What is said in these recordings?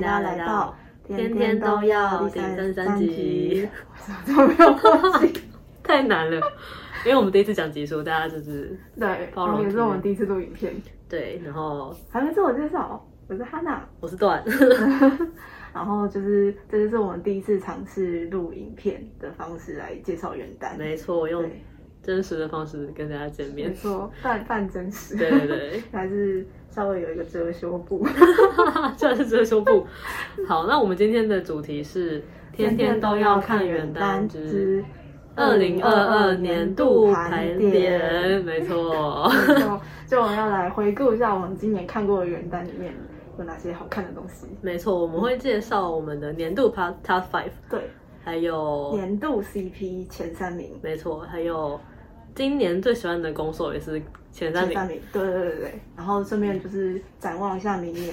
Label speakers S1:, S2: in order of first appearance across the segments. S1: 家来到
S2: 天天都要
S1: 第
S2: 顶
S1: 三
S2: 真三
S1: 集
S2: 集，
S1: 怎么没 有默契？
S2: 太难了，因为我们第一次讲集数，大家 就是
S1: 对，
S2: 包
S1: 然
S2: 容
S1: 后也是
S2: 度
S1: 我们第一次录影片，
S2: 对，然后
S1: 还没自我介绍，我是哈娜。
S2: 我是段，
S1: 然后就是，这就是我们第一次尝试录影片的方式来介绍元旦。
S2: 没错，我用
S1: 对，
S2: 真实的方式跟大家见
S1: 没
S2: 面，
S1: 错，半半真实。
S2: 对对对，
S1: 还是稍微有一个遮羞布。
S2: 这样是遮羞 布。好，那我们今天的主题是 天天都要看元旦之二零二二年度盘点，没 错，
S1: 没错，就我们要来回顾一下我们今年看过的元旦里面有哪些好看的东西。
S2: 没错，我们会介绍我们的年度 Top Top Five，
S1: 对，
S2: 还有
S1: 哦年度 CP 前三名，
S2: 没错，还有今年最喜欢的攻受也是前三
S1: 前
S2: 名。
S1: 三名，对对对对对。然后顺便就是展望一下 明年，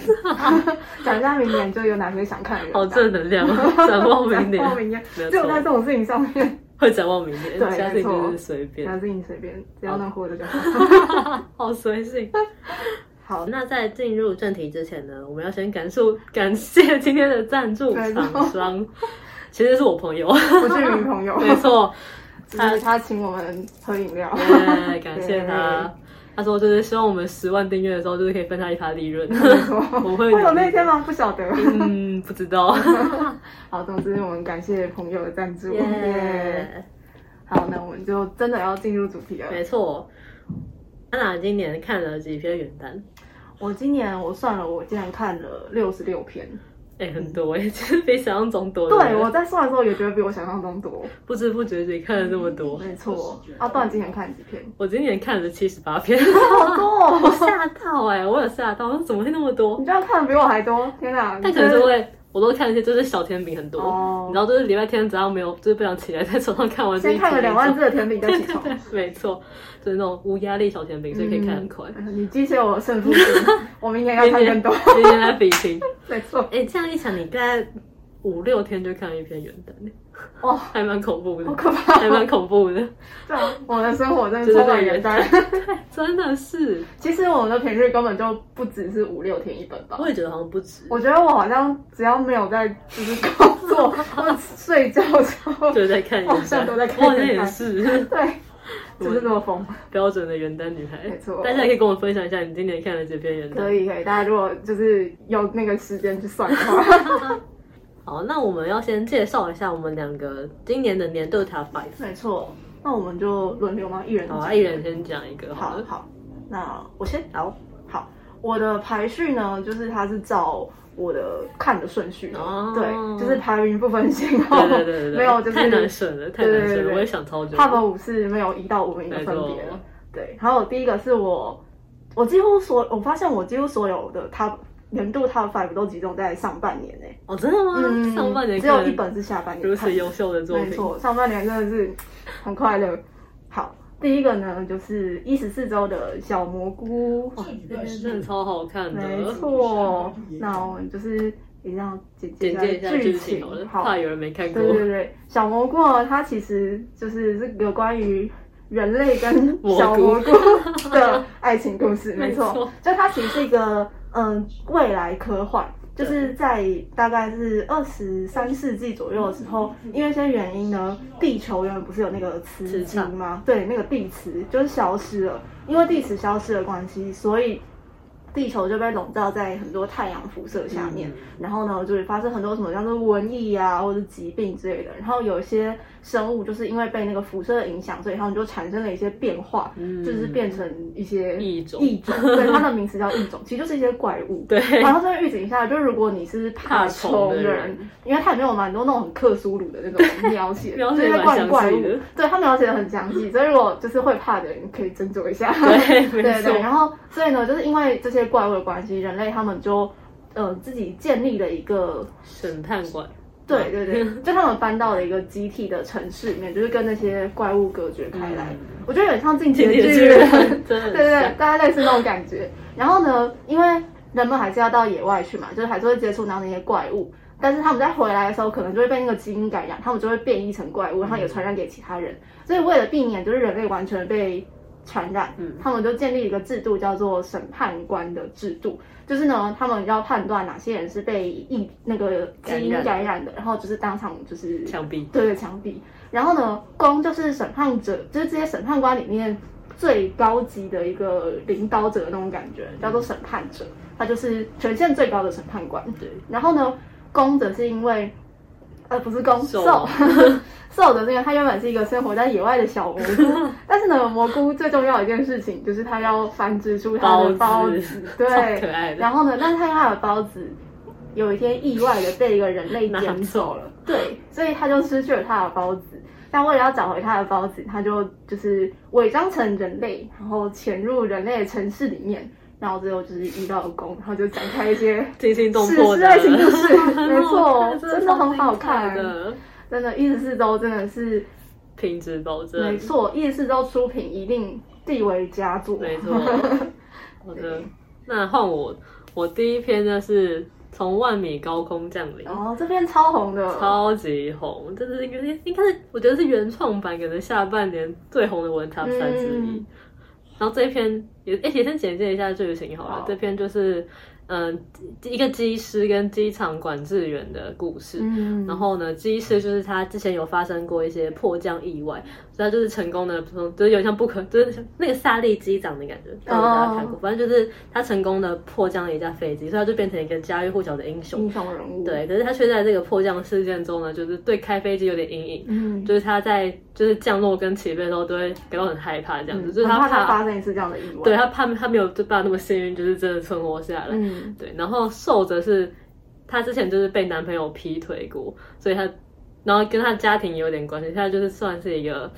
S1: 讲一下明年就有哪些想看的元旦。
S2: 好正能量，哦！展望明
S1: 展望
S2: 年，
S1: 明年，
S2: 没有
S1: 就
S2: 错
S1: 在这，种事情上面，
S2: 会展望明年，
S1: 对
S2: 其他事情就
S1: 没错
S2: 是随
S1: 其
S2: 便，
S1: 他事情随便，只要能活着就好。
S2: 好随性。
S1: 好，
S2: 那在进入正题之前呢，我们要先感受感谢今天的赞助
S1: 没错
S2: 厂商，其实是我朋友，
S1: 我是女朋友，
S2: 没错，
S1: 只是他请我们喝饮料。
S2: 耶感谢他。他说就是希望我们十万订阅的时候，就是可以分他一趴利润。 我会
S1: 会有那一天吗？不晓得。
S2: 嗯，不知 道。
S1: 好，总之我们感谢朋友的赞助。耶
S2: 耶，
S1: 好，那我们就真的要进入主题了。
S2: 没错。安娜今年看了几篇元旦？
S1: 我今年我算了，我竟然看了六十六篇。
S2: 哎、很多哎、其实比想象中多。
S1: 对，
S2: 不
S1: 我在算的时候也觉得比我想象中多。
S2: 不知不觉自己看了这么多。
S1: 没错。阿段今年看几篇？
S2: 我今年看了七十八篇，
S1: 好多、
S2: 我
S1: 哦，
S2: 吓到哎、我有吓到，我说怎么会那么多
S1: 你？居然看的比我还多！天哪，
S2: 但可能是因为我都看一些就是小甜饼很多，
S1: 哦
S2: 你知道，就是礼拜天只要没有就是不想起来，在床上看完这一集
S1: 先看了两万字
S2: 就
S1: 的甜饼再起 床。
S2: 没错，就是那种无压力小甜饼，所以可以看很快。
S1: 嗯你激起我的胜负心，我明年要看更多。
S2: 今天来比拼，
S1: 没错，
S2: 哎、这样一想，你大概五六天就看一篇元旦，
S1: 哇，
S2: 还蛮恐怖
S1: 好
S2: 的，
S1: 可怕！
S2: 还蛮恐怖的，
S1: 对啊，我们的生活真的充满元旦。
S2: 真的是，
S1: 其实我们的平日根本就不只是五六天一本吧。
S2: 我也觉得好像不止，
S1: 我觉得我好像只要没有在就是 工作或睡觉的时候，
S2: 就是在看元
S1: 好像
S2: 旦，
S1: 都在看
S2: 我好像
S1: 元旦
S2: 也 是。
S1: 对，就是这么疯。
S2: 标准的元旦女孩，
S1: 没错
S2: 大家也可以跟我分享一下你今年看了几篇元
S1: 可
S2: 旦。
S1: 以可以，大家如果就是有那个时间去算的话，
S2: 好，那我们要先介绍一下我们两个今年的年度 Top Five。
S1: 没错。那我们就轮流吗？一人
S2: 好啊，一人先讲一个好
S1: 好
S2: 了。
S1: 好，那我先。
S2: 好，
S1: 好，我的排序呢，就是它是照我的看的顺序的，
S2: 哦
S1: 对，就是排名不分先后，
S2: 对对对对对，
S1: 没有就是
S2: 太难选了，太难
S1: 对对
S2: 选
S1: 对
S2: 了，我也想超久。
S1: Top 五是没有一到五名的
S2: 没
S1: 分别
S2: 错。
S1: 对，还有第一个是我，我几乎所，我发现我几乎所有的 Top 年度 Top Five 都集中在上半年诶、
S2: 哦，真的吗？上半年
S1: 嗯只有
S2: 看
S1: 一本是下半年
S2: 如
S1: 看
S2: 此
S1: 的，
S2: 优秀的作
S1: 没
S2: 品，
S1: 错，上半年真的是很快乐。好，第一个呢就是一十四周的小蘑菇，
S2: 这篇真的超好看的。
S1: 没错，那我们就是也让简介
S2: 简介一下
S1: 剧
S2: 剧
S1: 情
S2: 情好了，
S1: 好，
S2: 怕有人没看过
S1: 对。对对，小蘑菇呢它其实就是这个关于人类跟
S2: 蘑菇
S1: 小蘑 菇的爱情故事，没
S2: 没
S1: 错
S2: 错，
S1: 就它其实是一个嗯未来科幻。就是在大概是二十三世纪左右的时候，因为一些原因呢，地球原本不是有那个磁
S2: 磁
S1: 极
S2: 场
S1: 吗？对，那个地磁就是消失了，因为地磁消失的关系，所以地球就被笼罩在很多太阳辐射下面，
S2: 嗯
S1: 然后呢，就是发生很多什么像是瘟疫啊，或者疾病之类的。然后有一些生物就是因为被那个辐射的影响，所以它们就产生了一些变化，
S2: 嗯
S1: 就是变成一些
S2: 异种
S1: 异种，对，它的名词叫异种，其实就是一些怪物。
S2: 对
S1: 然后这边预警一下，就是如果你是怕
S2: 怕虫
S1: 虫
S2: 的
S1: 的人
S2: 人，
S1: 因为它里面有蛮多那种很克苏鲁的那种描 写，
S2: 描
S1: 就是
S2: 写
S1: 在
S2: 蛮
S1: 怪
S2: 详
S1: 怪
S2: 细
S1: 物
S2: 的，
S1: 对，它描写的很详细，所以如果就是会怕的人可以斟酌一下。
S2: 对，没
S1: 对对，
S2: 错，
S1: 然后所以呢，就是因为这些怪物的关系，人类他们就呃自己建立了一个，
S2: 审判官。嗯
S1: 对对对， 就他们搬到了一个集体的城市里面，就是跟那些怪物隔绝开来。
S2: 嗯
S1: 我觉得有点像进击
S2: 进
S1: 的
S2: 击的
S1: 巨
S2: 巨
S1: 人，
S2: 人真的
S1: 对
S2: 很
S1: 对对
S2: 像，
S1: 大概类似那种感觉。然后呢，因为人们还是要到野外去嘛，就是还是会接触到那些怪物。但是他们在回来的时候，可能就会被那个基因感
S2: 嗯
S1: 染，他们就会变异成怪物，然后也传染给其他人。所以为了避免就是人类完全被传染，
S2: 嗯
S1: 他们就建立一个制度，叫做审判官的制度。就是呢，他们要判断哪些人是被疫那个基因
S2: 感染
S1: 感染的，然后就是当场就是
S2: 枪毙。
S1: 对对枪毙。然后呢，公就是审判者，就是这些审判官里面最高级的一个领导者的那种感觉，叫做审判者，他就是权限最高的审判官。
S2: 对，
S1: 然后呢，公则是因为，呃，不是公
S2: 兽
S1: 兽，兽则是因为它原本是一个生活在野外的小蘑 菇，但是呢，蘑菇最重要的一件事情就是它要繁殖出它的
S2: 包
S1: 孢
S2: 子
S1: 子，
S2: 超可
S1: 对。
S2: 爱的。
S1: 然后呢，但是它它的孢子有一天意外的被一个人类
S2: 拿
S1: 捡
S2: 走
S1: 走了，对，所以它就失去了它的孢子。但为了要找回它的孢子，它就就是伪装成人类，然后潜入人类的城市里面，然后最后就是遇到了公，然后就展开一些
S2: 惊心动
S1: 是
S2: 魄
S1: 是
S2: 的，
S1: 爱情故事
S2: 很好看
S1: 没错
S2: 真
S1: 真
S2: 的
S1: 的
S2: 超
S1: 很好
S2: 精彩
S1: 看
S2: 的，
S1: 真的，一十四周真的是
S2: 品质保证，
S1: 没错，一十四周出品一定地为佳作。
S2: 没错。好的，那换我，我第一篇呢是从万米高空降临。
S1: 然后这边超红的，
S2: 超级红，这是应该应该是我觉得是原创版，可能下半年最红的文 top 三之一。
S1: 嗯
S2: 然后这一篇也诶，也先简介一下剧情好了。
S1: 好
S2: 这篇就是嗯、一个机师跟机场管制员的故事。
S1: 嗯，
S2: 然后呢，机师就是他之前有发生过一些迫降意外，所以他就是成功的从，就是有点像不可，就是像那个萨利机长的感觉，不知道大
S1: 哦
S2: 家看过。反正就是他成功的迫降了一架飞机，所以他就变成一个家喻户晓的英雄。
S1: 英雄人物，
S2: 对，，可是他却在这个迫降事件中呢，就是对开飞机有点阴影，
S1: 嗯，
S2: 就是他在就是降落跟起飞的时候都会感到很害怕，这样子，
S1: 嗯
S2: 就是
S1: 很
S2: 他
S1: 怕再
S2: 怕，
S1: 发生一次这样的意外。
S2: 对，他怕他没有就爸那么幸运，就是真的存活下来。
S1: 嗯，
S2: 对，然后受则是她之前就是被男朋友劈腿过，所以她，然后跟她家庭也有点关系，她就是算是一个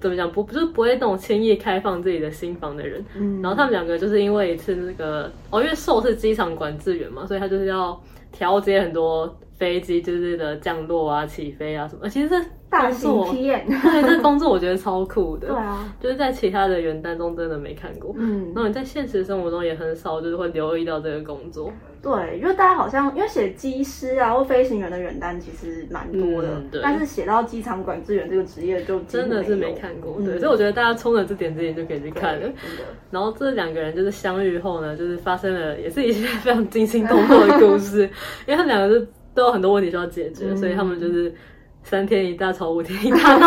S2: 怎么讲不就是不会那种轻易开放自己的心房的人。
S1: 嗯
S2: 然后他们两个就是因为一次那个哦，因为受是机场管制员嘛，所以他就是要调节很多飞机就是的降落啊、起飞啊什么。其实这
S1: 大
S2: 工
S1: 型
S2: 作，
S1: 体 验，
S2: 对这工作我觉得超酷的，
S1: 对啊，
S2: 就是在其他的原单中真的没看过。
S1: 嗯
S2: 然，后你在现实生活中也很少就是会留意到这个工作，
S1: 对，因为大家好像因为写机师啊或飞行员的原单其实蛮多的
S2: 嗯对，
S1: 但是写到机场管制员这个职业就几乎
S2: 真的是没
S1: 有
S2: 看过。
S1: 嗯
S2: 对，所以我觉得大家冲着这点自己就可以去看了
S1: 对。真的
S2: 然后这两个人就是相遇后呢，就是发生了也是一些非常惊心动魄的故事，因为他们两个是都有很多问题需要解决，
S1: 嗯
S2: 所以他们就是三天一大吵，五天一大闹。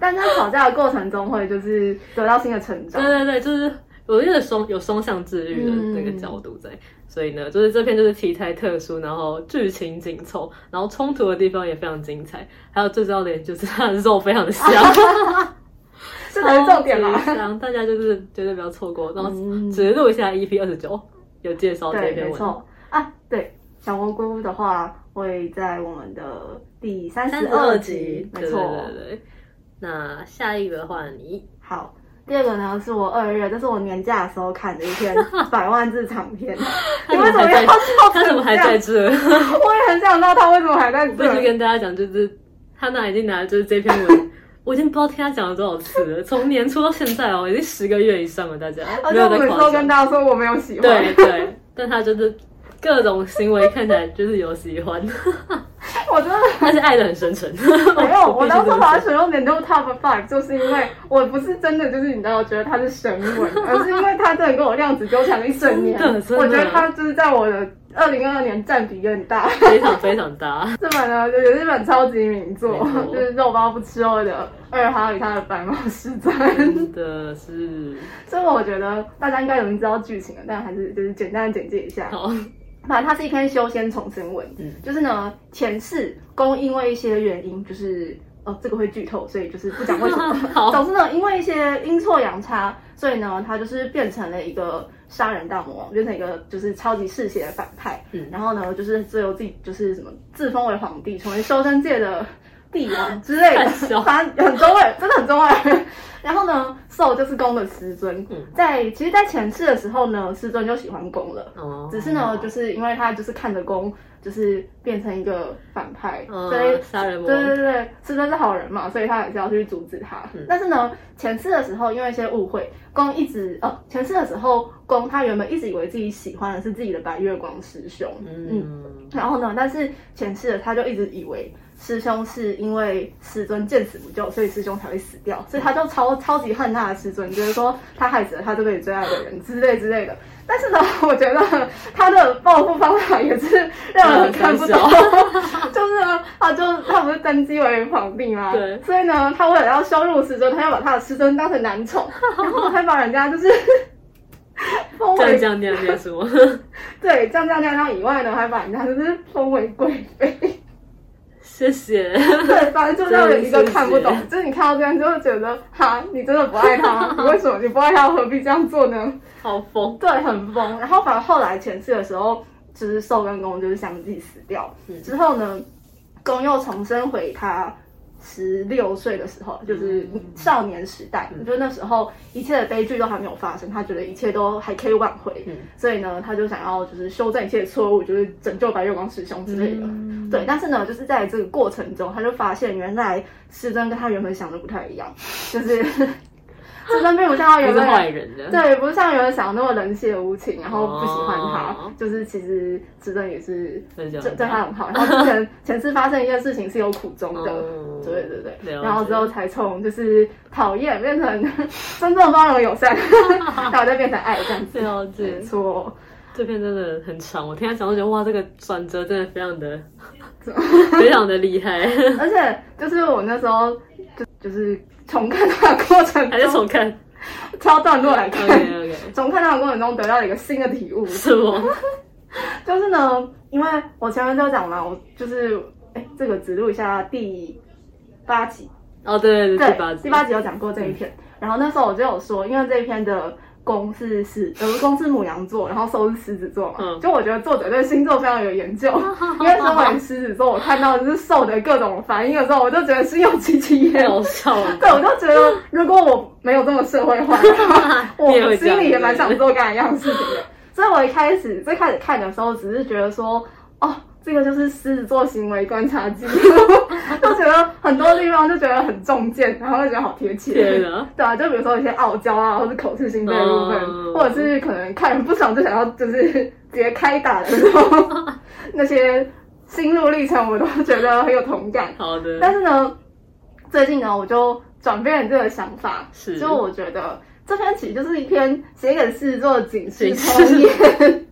S1: 但在吵架的过程中会就是得到新的成长
S2: 对。对对，就是我觉得双有双向治愈的
S1: 嗯
S2: 那个角度在。所以呢，就是这篇就是题材特殊，然后剧情紧凑，然后冲突的地方也非常精彩，还有最重要的就是它的肉非常的 香。
S1: 这才是重点嘛。
S2: 超级香大家哦就是绝对不要错过，然后
S1: 嗯
S2: 只录一下 EP 二十九，有介绍这
S1: 对，
S2: 篇
S1: 没
S2: 文章。
S1: 错啊，对，小蘑菇的话会在我们的第三
S2: 三
S1: 十
S2: 十二
S1: 二
S2: 集
S1: 集，，
S2: 对
S1: 没
S2: 对
S1: 错。
S2: 对对对。那下一个换你，
S1: 好，第二个呢是我二月，这是我年假的时候看的一 篇百万字长篇。你为什么要
S2: 在？
S1: 笑
S2: 他怎么
S1: 成这
S2: 还
S1: 样
S2: 在？这？
S1: 我也很想知道他为什么还在
S2: 我一直
S1: 这。
S2: 跟大家讲，就是他那已经拿就是这篇文， 我已经不知道听他讲了多少次了，从年初到现在哦，已经十个月以上了，大家
S1: 而
S2: 没
S1: 且
S2: 有
S1: 我
S2: 在
S1: 每次
S2: 夸
S1: 都跟
S2: 张。
S1: 大家说我没有喜欢，
S2: 对对，但他就是各种行为看起来就是有喜欢，
S1: 我真的
S2: 但是爱的很深沉。
S1: 没 有。我当初把
S2: 他
S1: 它选入年度 Top Five，就是因为我不是真的就是你知道，我觉得他是神文，而是因为他真的跟我量子纠缠了一整年。
S2: 真的真的
S1: 我觉得他就是在我的二零二二年占比也很大。
S2: 非常非常搭，
S1: 这本呢，就是日本超级名作
S2: 没，错
S1: 就是肉包不吃肉的二哈与他的白毛师尊。
S2: 真的是
S1: 所以我觉得大家应该已经知道剧情了，但还是就是简单的简介一下。
S2: 好，
S1: 反正它是一篇修仙重生文，
S2: 嗯
S1: 就是呢前世公因为一些原因，就是哦这个会剧透，所以就是不讲为什么。
S2: 好
S1: 总之呢，因为一些阴错阳差，所以呢他就是变成了一个杀人大魔王，变成一个就是超级嗜血的反派。
S2: 嗯
S1: 然后呢就是最后自己就是什么自封为皇帝，成为修仙界的帝王之类的
S2: 太小，
S1: 反正很中二，真的很中二。 然后呢，受就是公的师尊，
S2: 嗯
S1: 在其实，在前世的时候呢，师尊就喜欢公了。
S2: 哦，
S1: 只是呢，就是因为他就是看着公，就是变成一个反派，所以
S2: 嗯，杀人魔
S1: 对对对，师尊是好人嘛，所以他也是要去阻止他。但是呢，前世的时候因为一些误会，公一直呃，前世的时候公他原本一直以为自己喜欢的是自己的白月光师兄，嗯
S2: 嗯，
S1: 然后呢，但是前世的他就一直以为师兄是因为师尊见死不救，所以师兄才会死掉，所以他就超超级恨他的师尊，觉得说他害死了他这辈子最爱的人之类之类的。但是呢，我觉得他的报复方法也是让人看不懂，
S2: 哦
S1: 就是呢，他就他不是登基为皇帝吗？
S2: 对
S1: 所以呢，他为了要羞辱师尊，他要把他的师尊当成男宠，然后还把人家就是 封
S2: 这
S1: 为
S2: 样这样这样这样说，
S1: 对，这样这样这样这样以外呢，还把人家就是封为贵妃。
S2: 谢谢。
S1: 对，反正就让人一个看不懂，就是你看到这样就会觉得，哈，你真的不爱他 吗？你为什么你不爱他，何必这样做呢？
S2: 好疯，
S1: 对，很疯。然后反正后来前世的时候，就是寿跟公就是相继死掉，
S2: 嗯
S1: 之后呢，公又重生回他。十六岁的时候，就是
S2: 嗯
S1: 少年时代，就那时候一切的悲剧都还没有发生，他觉得一切都还可以挽回，
S2: 嗯
S1: 所以呢，他就想要就是修正一切的错误，就是拯救白月光师兄之类的。
S2: 嗯
S1: 对，但是呢，就是在这个过程中，他就发现原来师尊跟他原本想的不太一样，就是 师尊并不像他
S2: 不
S1: 原
S2: 是
S1: 本
S2: 坏人啊的，
S1: 对，不是像有人想的那么冷血无情，然后不喜欢他，
S2: 哦
S1: 就是其实师尊也是
S2: 分享
S1: 对对他很好，然后 之前前次发生一件事情是有苦衷的。
S2: 哦
S1: 对对对对，
S2: 了解
S1: 然后之后才从就是讨厌变成 真正包容 友善，然后再变成爱这样子。
S2: 了
S1: 没
S2: 解，
S1: 错，
S2: 这篇真的很长，我听他讲都觉得哇，这个转折真的非常 的非常的厉害，
S1: 而且就是我那时候就就是重看他的过程
S2: 还在
S1: 中，
S2: 重看。
S1: 挑段落来看
S2: OK OK，
S1: 从看到的过程中得到了一个新的体悟，
S2: 是我，
S1: 就是呢，因为我前面就讲嘛，我就是哎，这个只录一下第八集，
S2: 哦对对
S1: 对
S2: 对，第八集，嗯
S1: 第八集有讲过这一篇，然后那时候我就有说，因为这一篇的。公是狮，呃，公是母羊座，然后收是狮子座嘛。
S2: 嗯
S1: 就我觉得作者对星座非常有 研究，因为身为狮子座，我看到就是兽的各种反应的时候，我就觉得心有戚 戚
S2: 太
S1: 焉。
S2: 好笑了，
S1: 对，我就觉得如果我没有这么社会化的话，
S2: 你也
S1: 我
S2: 会这样
S1: 心里也蛮想做干一样的事情的。所以我一开始最开始看的时候，只是觉得说，哦，这个就是狮子座行为观察记录， 就觉得很多地方就觉得很中箭，然后就觉得好贴
S2: 天
S1: 切。
S2: 哪，
S1: 对啊，就比如说一些傲娇啊，或是口是心非的部分，
S2: 嗯
S1: 或者是可能看人不爽就想要就是 直接开打的时候， 那些心路历程我都觉得很有同感。
S2: 好的，
S1: 但是呢，最近呢，我就转变了这个想法，
S2: 是
S1: 就我觉得这篇其实就是一篇写给狮子座的警示
S2: 警示
S1: 通 言。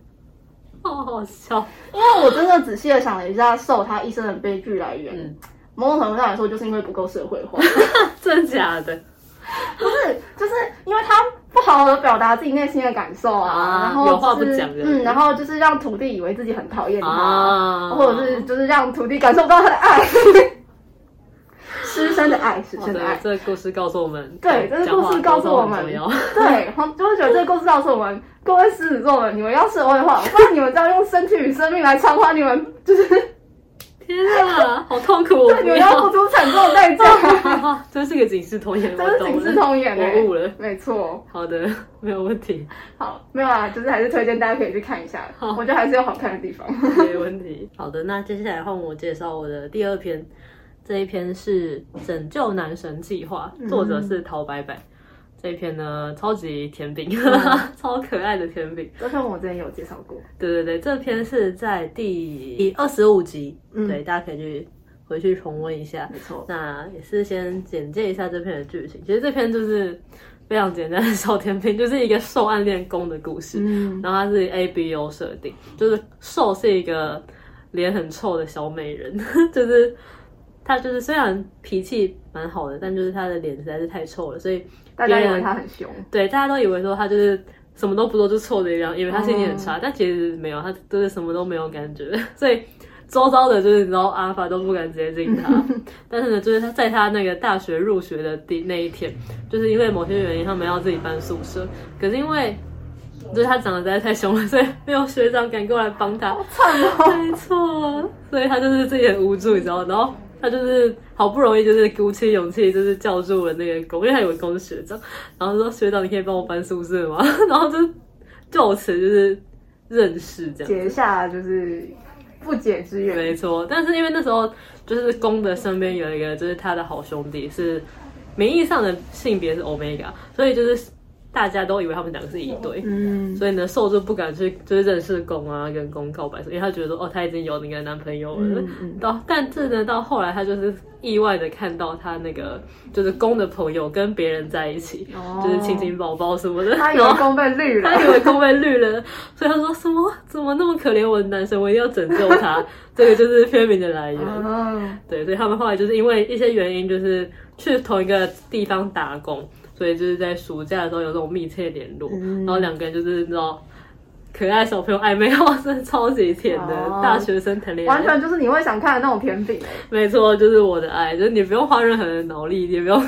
S2: 好好笑，
S1: 因为我真的仔细的想了一下，受他一生的悲剧来源，
S2: 嗯
S1: 某种程度上来说，就是因为不够社会化，
S2: 真假的
S1: 不是，就是因为他。不好好的表达自己内心的感受啊，
S2: 啊
S1: 然后、就是、
S2: 有话不讲的
S1: 嗯，然后就是让徒弟以为自己很讨厌他，
S2: 啊，
S1: 或者是就是让徒弟感受不到他 的爱，师生的爱，师
S2: 好
S1: 生的爱
S2: 的，，这个故事告诉我们，哎
S1: 对这个
S2: 讲话
S1: 故事告诉
S2: 沟通
S1: 我们
S2: 很重要，
S1: 对，然后就会觉得这个故事告诉我们，各位狮子座们，你们要社会化，不然你们这样用身体与生命来偿还你们，就是
S2: 天啊，好痛苦，我
S1: 对
S2: 不
S1: 你们要付
S2: 要，
S1: 出惨重的代价。
S2: 真是个警示童言，
S1: 这是
S2: 我懂
S1: 警示
S2: 了
S1: 童言欸
S2: 我悟了，
S1: 没错，
S2: 好的， 没有问题，
S1: 好，没有啊，就是还是推荐大家可以去看一下，
S2: 好
S1: 我觉得还是有好看的地方。
S2: 没问题。好的，那接下来换我介绍我的第二篇，这一篇是《拯救男神计划》，作者是陶白白。这一篇呢，超级甜饼， 超可爱的甜饼。
S1: 这篇我之前有介绍过，
S2: 对对对，这篇是在第二十五集，
S1: 嗯
S2: 对，大家可以去回去重温一下。
S1: 没错，
S2: 那也是先简介一下这篇的剧情。其实这篇就是非常简单的小甜品，就是一个受暗恋攻的故事。
S1: 嗯，
S2: 然后它是 A B O 设定，就是瘦是一个脸很臭的小美人， 就是她就是虽然脾气蛮好的，但就是她的脸实在是太臭了，所以
S1: 大家以为他很凶，
S2: 对大家都以为说她就是什么都不做就臭的一样，以为她心情很差，但其实没有，她就是什么都没有感觉， 所以。周遭的就是，然后阿法都不敢直接近她。 但是呢，就是她在她那个大学入学的第那一天，就是因为某些原因，他们要自己搬宿舍。可是因为就是他长得实在太凶了，所以没有学长敢过来帮他。
S1: 惨哦，
S2: 没错，所以他就是自己很无助，你知道吗？然后他就是好不容易就是鼓起勇气，就是叫住了那个公，因为他以为公是学长，然后说学长你可以帮我搬宿舍吗？ 然后就就此就是认识这样。
S1: 结下就是不解之缘，
S2: 没错，但是因为那时候就是公的身边有一个，就是他的好兄弟是名义上的性别是 Omega，所以就是大家都以为他们两个是一对，
S1: 嗯，
S2: 所以呢，受就不敢去就是认识公啊，跟公告白，因为他觉得说哦，他已经有那个男朋友了。
S1: 嗯嗯
S2: 到但是呢，到后来他就是意外的看到他那个就是公的朋友跟别人在一起，
S1: 哦
S2: 就是亲亲抱抱什么的，
S1: 他以为公被绿了
S2: 他，以为公被绿了，所以他说什么怎么那么可怜我的男生，我一定要拯救 他。这个就是片名的来源。
S1: 嗯，
S2: 对，所以他们后来就是因为一些原因，就是去同一个地方打工，所以就是在暑假的时候有这种密切联络，
S1: 嗯
S2: 然后两个人就是那种可爱小朋友暧昧， 哇，真的超级甜的、
S1: 哦
S2: 大学生谈恋
S1: 完
S2: 爱，
S1: 全就是你会想看的那种甜品，欸
S2: 没错，就是我的爱，就是你不用花任何的脑力，也不 用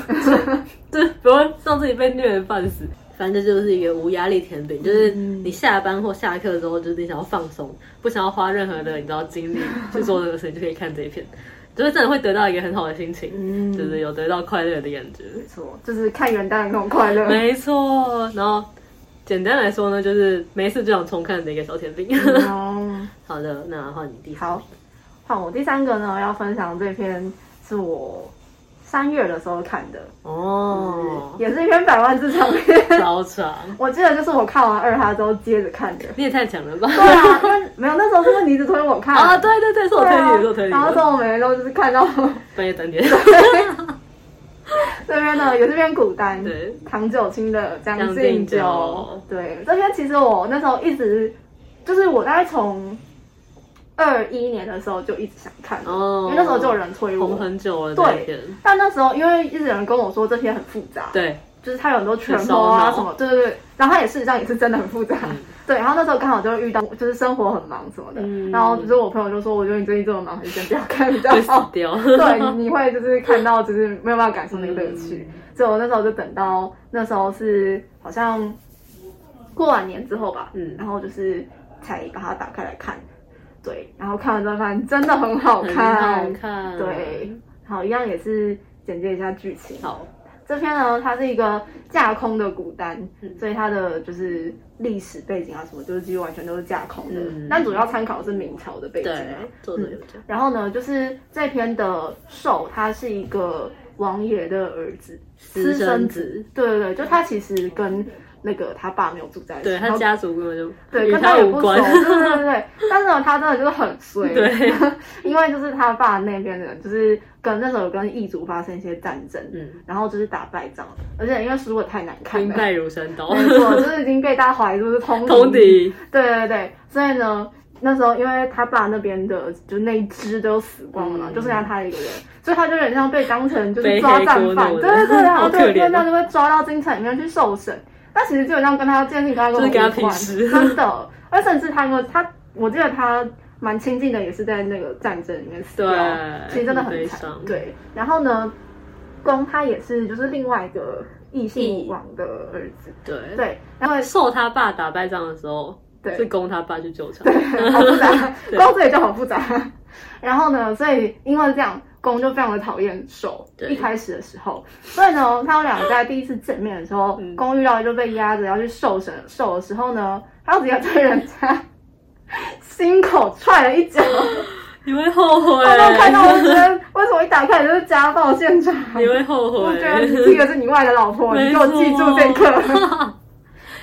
S2: 就是不用让自己被虐得半死。反正就是一个无压力甜饼，就是
S1: 嗯
S2: 你下班或下课之后，就是你想要放松，不想要花任何的你知道精力去做这个事情，就可以看这一片，就是真的会得到一个很好的心情。
S1: 嗯，
S2: 就是有得到快乐的感觉。
S1: 没错，就是看元旦的那种快乐，
S2: 没错，然后简单来说呢，就是没事就想重看的一个小甜饼。
S1: 嗯
S2: 好的，那换你第三
S1: 好，换我第三个呢，要分享这篇是我三月的时候看的，
S2: 哦，
S1: 也是一篇百万字长篇。
S2: 超长，
S1: 我记得就是我看完二哈之后接着看的。
S2: 你也太强了吧！
S1: 对啊， 因为没有那时候是问你一直推我看
S2: 啊，对对对，是我
S1: 对
S2: 推
S1: 啊
S2: 理，是我推理
S1: 然后之
S2: 的。
S1: 后我每天都就是看到
S2: 半夜三 点，
S1: 这边的有这边古丹，
S2: 对，
S1: 唐九卿的《将
S2: 将
S1: 进
S2: 进
S1: 酒》
S2: 酒
S1: 对，这篇其实我那时候一直就是我大概从二一年的时候就一直想看，
S2: 哦
S1: 因为那时候就有人催
S2: 红
S1: 我。
S2: 很久了，
S1: 对
S2: 那天，
S1: 但那时候因为一直有人跟我说这篇很复杂，
S2: 对，
S1: 就是它有很多权谋啊
S2: 很烧脑
S1: 什么，对对对。然后它也事实上也是真的很复杂，
S2: 嗯
S1: 对。然后那时候刚好就遇到就是生活很忙什么的，
S2: 嗯
S1: 然后就是我朋友就说，我觉得你最近这么忙，还是先不要看比较
S2: 会死
S1: 好。
S2: 掉。
S1: 哦对，你会就是看到就是没有办法感受那个乐趣。
S2: 嗯
S1: 所以我那时候就等到那时候是好像过完年之后吧，
S2: 嗯
S1: 然后就是才把它打开来看，对，然后看完之后发现真的很好
S2: 很
S1: 看，
S2: 好看，
S1: 对，，好，一样也是简介一下剧情。
S2: 好，
S1: 这篇呢，它是一个架空的古丹，
S2: 嗯
S1: 所以它的就是历史背景啊什么，就是几乎完全都是架空的，
S2: 嗯
S1: 但主要参考的是明朝的背景
S2: 对
S1: 啊。，
S2: 作者有讲，
S1: 然后呢，就是这篇的寿，他是一个王爷的儿子，私生子。
S2: 子，
S1: 对对对，就他其实跟那个他爸没有住在一起，
S2: 对
S1: 然
S2: 他
S1: 后
S2: 家族根本就
S1: 对
S2: 与
S1: 跟他也
S2: 无
S1: 不熟，
S2: 关，
S1: 对对对 对。但是呢，他真的就是很衰，
S2: 对，
S1: 因为就是他爸那边的人，就是跟那时候有跟异族发生一些战争，
S2: 嗯，
S1: 然后就是打败仗，而且因为输的太难看
S2: 兵
S1: 了，
S2: 败如山倒，
S1: 没错，嗯就是已经被大家怀疑就是 通
S2: 通敌。
S1: 对对对，所以呢，那时候因为他爸那边的就那一支都死光了嘛，
S2: 嗯
S1: 就剩下他一个人，所以他就有点像被当成就是
S2: 背
S1: 抓
S2: 黑
S1: 战
S2: 锅
S1: 犯，
S2: 那种
S1: 对对 对，然后
S2: 好
S1: 就
S2: 可
S1: 被
S2: 怜哦
S1: 这样就被抓到京城里面去受审。但其实基本上跟他这件事情跟他跟我
S2: 就是跟他
S1: 无
S2: 平
S1: 关
S2: 时
S1: 真的，而甚至他因为他，我记得他蛮亲近的，也是在那个战争里面死掉，
S2: 对
S1: 其实真的
S2: 很
S1: 很
S2: 悲
S1: 惨
S2: 伤。
S1: 对，然后呢，公他也是就是另外一个异性
S2: 异
S1: 王的儿子，
S2: 对，
S1: 对，然后
S2: 受他爸打败仗的时候，
S1: 对
S2: 是供他爸去救场。
S1: 好复杂，
S2: 对
S1: 公这也就好复杂。然后呢，所以因为这样，公就非常的讨厌手。
S2: 对
S1: 一开始的时候，所以呢，他们两个在第一次见面的时候，
S2: 嗯
S1: 公遇到就被压着要去受审受的时候呢，他直接对人家心口踹了一 脚。
S2: 你会后悔，
S1: 我看到我就觉得，为什么一打开就是家暴现场？
S2: 你会后
S1: 我
S2: 悔
S1: 觉。得你这个是你外的老婆，你
S2: 没
S1: 给
S2: 错
S1: 我记住这一刻。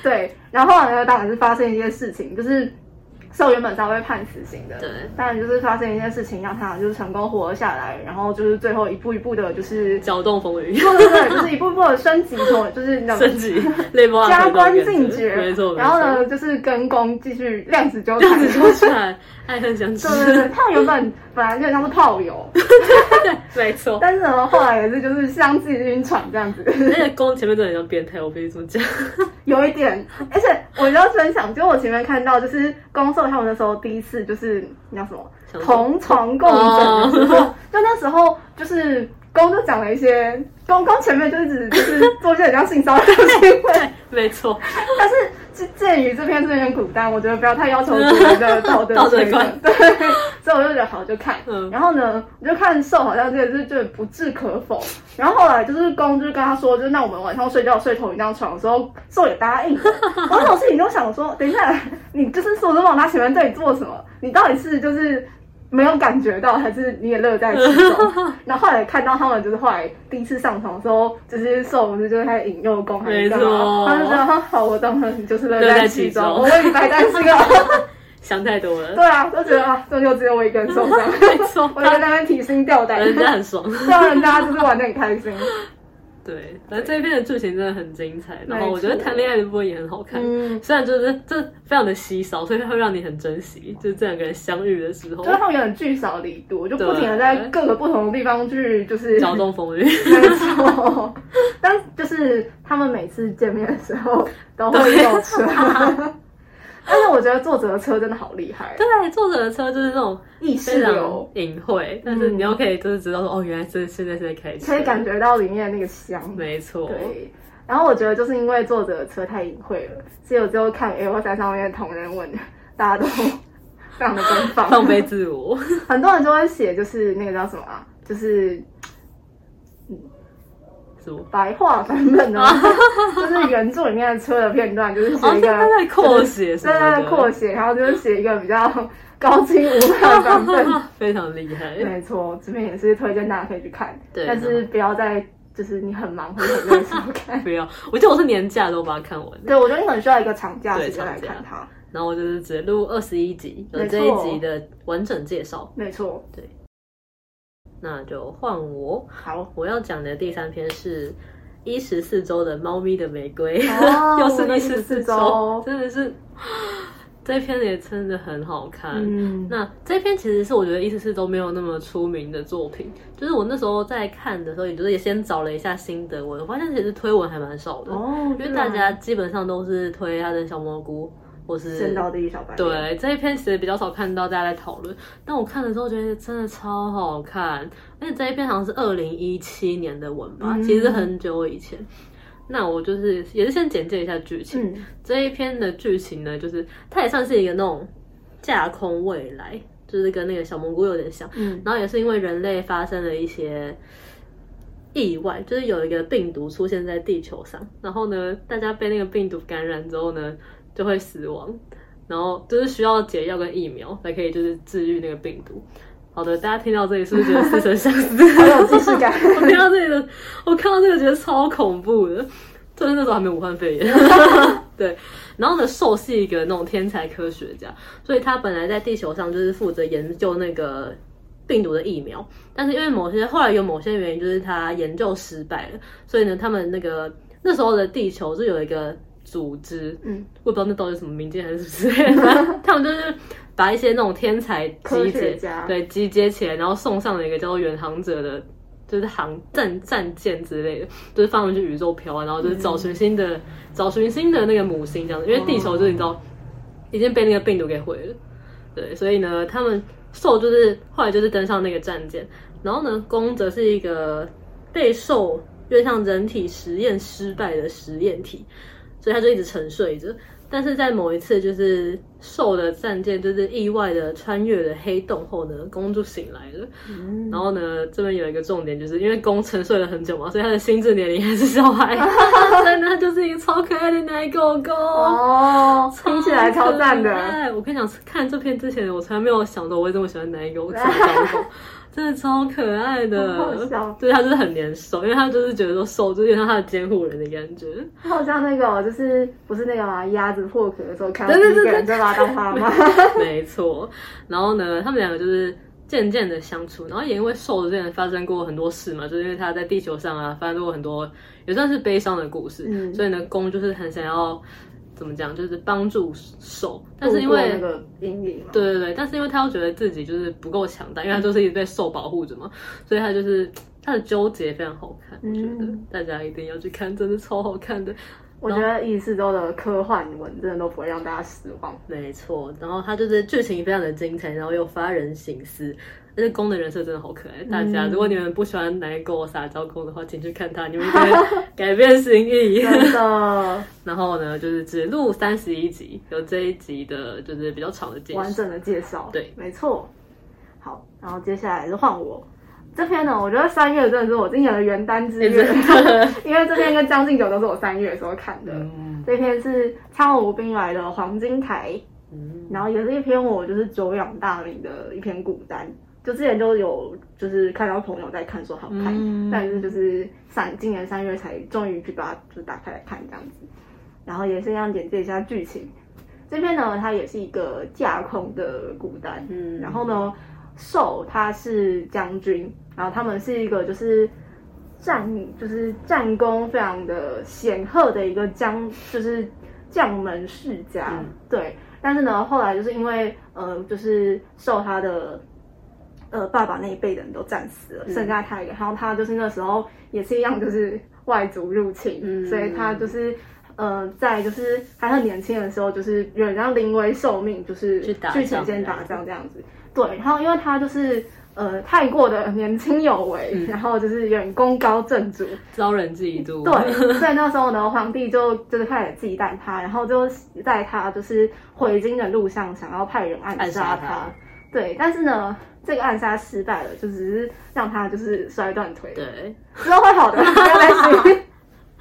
S1: 对，然后呢，当然是发生一些事情，就是受原本是要被判死刑的，
S2: 对
S1: 当然就是发生一些事情，让他就是成功活了下来，然后就是最后一步一步 的，就是
S2: 搅动风云，
S1: 对对对，就是一步一步的升级，从就是那种
S2: 升级 level up
S1: 加
S2: 的
S1: 官
S2: 感觉
S1: 进爵，
S2: 没错。
S1: 然后呢，
S2: 没错，
S1: 就是跟公继续量子纠
S2: 这样
S1: 缠
S2: 子。就出来，爱恨相知
S1: 对，对对，他原本本来就很像是炮友，
S2: 没错。
S1: 但是呢，后来也是就是相继晕船这样子。
S2: 而且公前面真的很像变态，我必须这么讲。
S1: 有一点，而且我要分享，就我前面看到，就是公受他们那时候第一次就是那叫什么
S2: 想说
S1: 同床共枕的时候， 就那时候就是公就讲了一些，公公前面就一直就是做一些很像性骚扰的行为，
S2: 没错，
S1: 但是就鉴于这篇这篇古单，我觉得不要太要求自己的 道德
S2: 道德
S1: 水
S2: 观
S1: 准， 对，所以我就觉得好就看，
S2: 嗯
S1: 然后呢，我就看瘦好像这个就是觉得不置可否，然后后来就是公就是跟他说，就是那我们晚上睡觉睡同一张床的时候，瘦也 答应了，然后这种事情就想说，等一下你就是瘦就忘了他前面对你做什么，你到底是就是。没有感觉到，还是你也乐在其 中。然后后来看到他们，就是后来第一次上场的时候，就是寿不是就是在引诱攻还是干
S2: 没
S1: 嘛
S2: 错，
S1: 他就觉得哈啊好，我懂了，你就是乐
S2: 乐在
S1: 其
S2: 其
S1: 中，
S2: 中
S1: 我为你白担 心了。
S2: 想太多了
S1: 对，啊，都觉得啊，终究只有我一个人 受伤，
S2: 没错，
S1: 我就在那边提心吊胆，
S2: 人家很 爽。
S1: 让人家就是玩的很开 心。
S2: 对，反正这一篇的剧情真的很精彩，然后
S1: 没
S2: 我觉得
S1: 错
S2: 谈恋爱的部分也很好看。
S1: 嗯，
S2: 虽然就是这非常的稀少，所以会让你很珍惜，就是这两个人相遇的时候
S1: 就是，他们有点聚少离多，就不
S2: 对
S1: 停的在各个不同的地方 去，就是
S2: 搅动 风云，
S1: 没错，但就是他们每次见面的时候都会有 车，但是我觉得作者的车真的好厉害，
S2: 对，作者的车就是那种
S1: 意
S2: 非
S1: 识
S2: 常
S1: 流，
S2: 隐晦，但是你又可以就是知道说，哦，原来这现在是在开车，
S1: 可以感觉到里面那个香。
S2: 没错，
S1: 对，然后我觉得就是因为作者的车太隐晦了，所以我就看 L 三上面的同人文，大家都 非常的奔放，
S2: 放飞自我，
S1: 很多人就会写就是那个叫什么啊，就是
S2: 是吗？
S1: 白话版本 的，就是原著里面的车的片段，就是
S2: 哦
S1: 写，
S2: 对，
S1: 一个
S2: 他在扩写什
S1: 对
S2: 么
S1: 对
S2: 的，
S1: 对，扩写，然后就是写一个比较高清无害的 版本。
S2: 非常厉害，
S1: 没错，这边也是推荐大家可以去看，
S2: 对
S1: 但是不要在就是你很忙或者很累的时候看。
S2: 不要，我记得我是年假都把它看完，
S1: 对，我觉得你很需要一个长假时
S2: 对
S1: 间来
S2: 长假
S1: 看它。
S2: 然后我就是只录二十一集，有
S1: 没
S2: 这一
S1: 错
S2: 集的完整介绍，
S1: 没错，
S2: 那就换我。
S1: 好，
S2: 我要讲的第三篇是一十四周的猫咪的玫瑰，
S1: 哦
S2: 又是一十四
S1: 周
S2: 真的是 这篇也真的很好看。
S1: 嗯，
S2: 那这篇其实是我觉得一十四周没有那么出名的作品，就是我那时候在看的时候，也就是也先找了一下心得文，我发现其实推文还蛮少的，
S1: 哦，
S2: 因为大家基本上都是推他的小蘑菇或
S1: 先
S2: 是
S1: 到第一小白，，
S2: 对这一篇其实比较少看到大家在讨论，但我看的时候觉得真的超好看，而且这一篇好像是二零一七年的文吧，
S1: 嗯
S2: 其实很久以前。那我就是也是先简介一下剧情，
S1: 嗯，
S2: 这一篇的剧情呢，就是它也算是一个那种架空未来，就是跟那个小蘑菇有点像，
S1: 嗯，
S2: 然后也是因为人类发生了一些意外，就是有一个病毒出现在地球上，然后呢，大家被那个病毒感染之后呢，就会死亡，然后就是需要解药跟疫苗才可以就是治愈那个病毒。好的，大家听到这里是不是觉得似曾相识？
S1: 好有即视感，
S2: 我听到这里的，我看到这个觉得超恐怖的，就是那时候还没有武汉肺炎。对，然后呢，寿是一个那种天才科学家，所以他本来在地球上就是负责研究那个病毒的疫苗，但是因为某些后来有某些原因，就是他研究失败了，所以呢，他们那个那时候的地球就有一个组织，
S1: 嗯，
S2: 我也不知道那到底是什么民间还是什么之类的， 他们就是把一些那种天才
S1: 科
S2: 集
S1: 学
S2: 结
S1: 家
S2: 对集结起来，然后送上了一个叫做远航者的，就是航战战舰之类的，就是放上去宇宙飘啊，然后就是找寻新
S1: 嗯
S2: 的、找寻新的那个母星这样子，因为地球就是你知
S1: 哦
S2: 道已经被那个病毒给毁了，对，所以呢，他们兽就是后来就是登上那个战舰，然后呢，公则是一个备受越像人体实验失败的实验体，所以他就一直沉睡着。但是在某一次，就是兽的战舰就是意外的穿越了黑洞后呢，公就醒来了。
S1: 嗯
S2: 然后呢，这边有一个重点，就是因为公沉睡了很久嘛，所以他的心智年龄还是小 孩，所以呢，他就是一个超可爱的奶狗狗。
S1: 哦，听起来超赞
S2: 可
S1: 的，
S2: 哎爱！我跟你讲，看这片之前，我从来没有想到我会这么喜欢奶 狗，这么高狗，真的超可爱的。
S1: 好好笑
S2: 对，它就是很粘手，因为它就是觉得说手就是有点像它的监护人的感 觉。
S1: 他好像那个哦就是不是那个嘛，鸭子破壳的时候看到第
S2: 对
S1: 一
S2: 对
S1: 个
S2: 对
S1: 人就把它当妈妈，
S2: 没错。然后呢，他们两个就是渐渐的相处，然后也因为瘦之前发生过很多事嘛，就是因为他在地球上啊发生过很多也算是悲伤的故事，
S1: 嗯
S2: 所以呢，公就是很想要怎么讲，就是帮助瘦，但
S1: 度
S2: 是因
S1: 过
S2: 为
S1: 那个阴影嘛，
S2: 对对对，但是因为他又觉得自己就是不够强大，因为他就是一直被受保护着嘛，所以他就是他的纠结非常好看，我觉得
S1: 嗯
S2: 大家一定要去看，真的超好看的。
S1: 我觉得异世洲的科幻文真的都不会让大家失望。
S2: 没错，然后他就是剧情非常的精彩，然后又发人省思，而且公的人设真的好可爱。
S1: 嗯
S2: 大家，如果你们不喜欢奶狗撒娇公的话，请去看他，你们一定 会改变心意。
S1: 真 的
S2: 然后呢，就是只录三十一集，有这一集的就是比较长的介绍
S1: 完。整的介绍，
S2: 对
S1: 没错。好，然后接下来是换我这篇呢，我觉得三月真的是我今年的元旦之
S2: 哎
S1: 月， 因为这篇跟《将进酒》都是我三月的时候看的。
S2: 嗯
S1: 这篇是苍梧兵来的黄金台，
S2: 嗯，
S1: 然后也是一篇我就是久仰大名的一篇古单，就之前就有就是看到朋友在看说好看，
S2: 嗯
S1: 但是就是三今年三月才终于去把它就是打开来看这样子，然后也是一样简介一下剧情。这篇呢，它也是一个架空的古代，
S2: 嗯
S1: 然后呢，寿他是将军，然后他们是一个就是战就是战功非常的显赫的一个将就是将门世家，
S2: 嗯
S1: 对。但是呢，后来就是因为呃，就是受他的呃爸爸那一辈的人都战死了，
S2: 嗯
S1: 剩下他一个。然后他就是那时候也是一样，就是外族入侵，
S2: 嗯
S1: 所以他就是呃，在就是还很年轻的时候，就是有点像临危受命，就是
S2: 去打
S1: 去
S2: 仗
S1: 前线打
S2: 的
S1: 仗这样子。对，然后因为他就是呃太过的年轻有为，
S2: 嗯
S1: 然后就是有点功高震主，
S2: 遭人嫉妒，
S1: 对，所以那时候呢，皇帝就就是开始忌惮他，然后就在他就是回京的路上，想要派人暗
S2: 暗
S1: 杀
S2: 杀
S1: 他。
S2: 他，
S1: 对，但是呢，这个暗杀失败了，就只是让他就是摔断腿。
S2: 对，
S1: 之后会好的，不要 担心。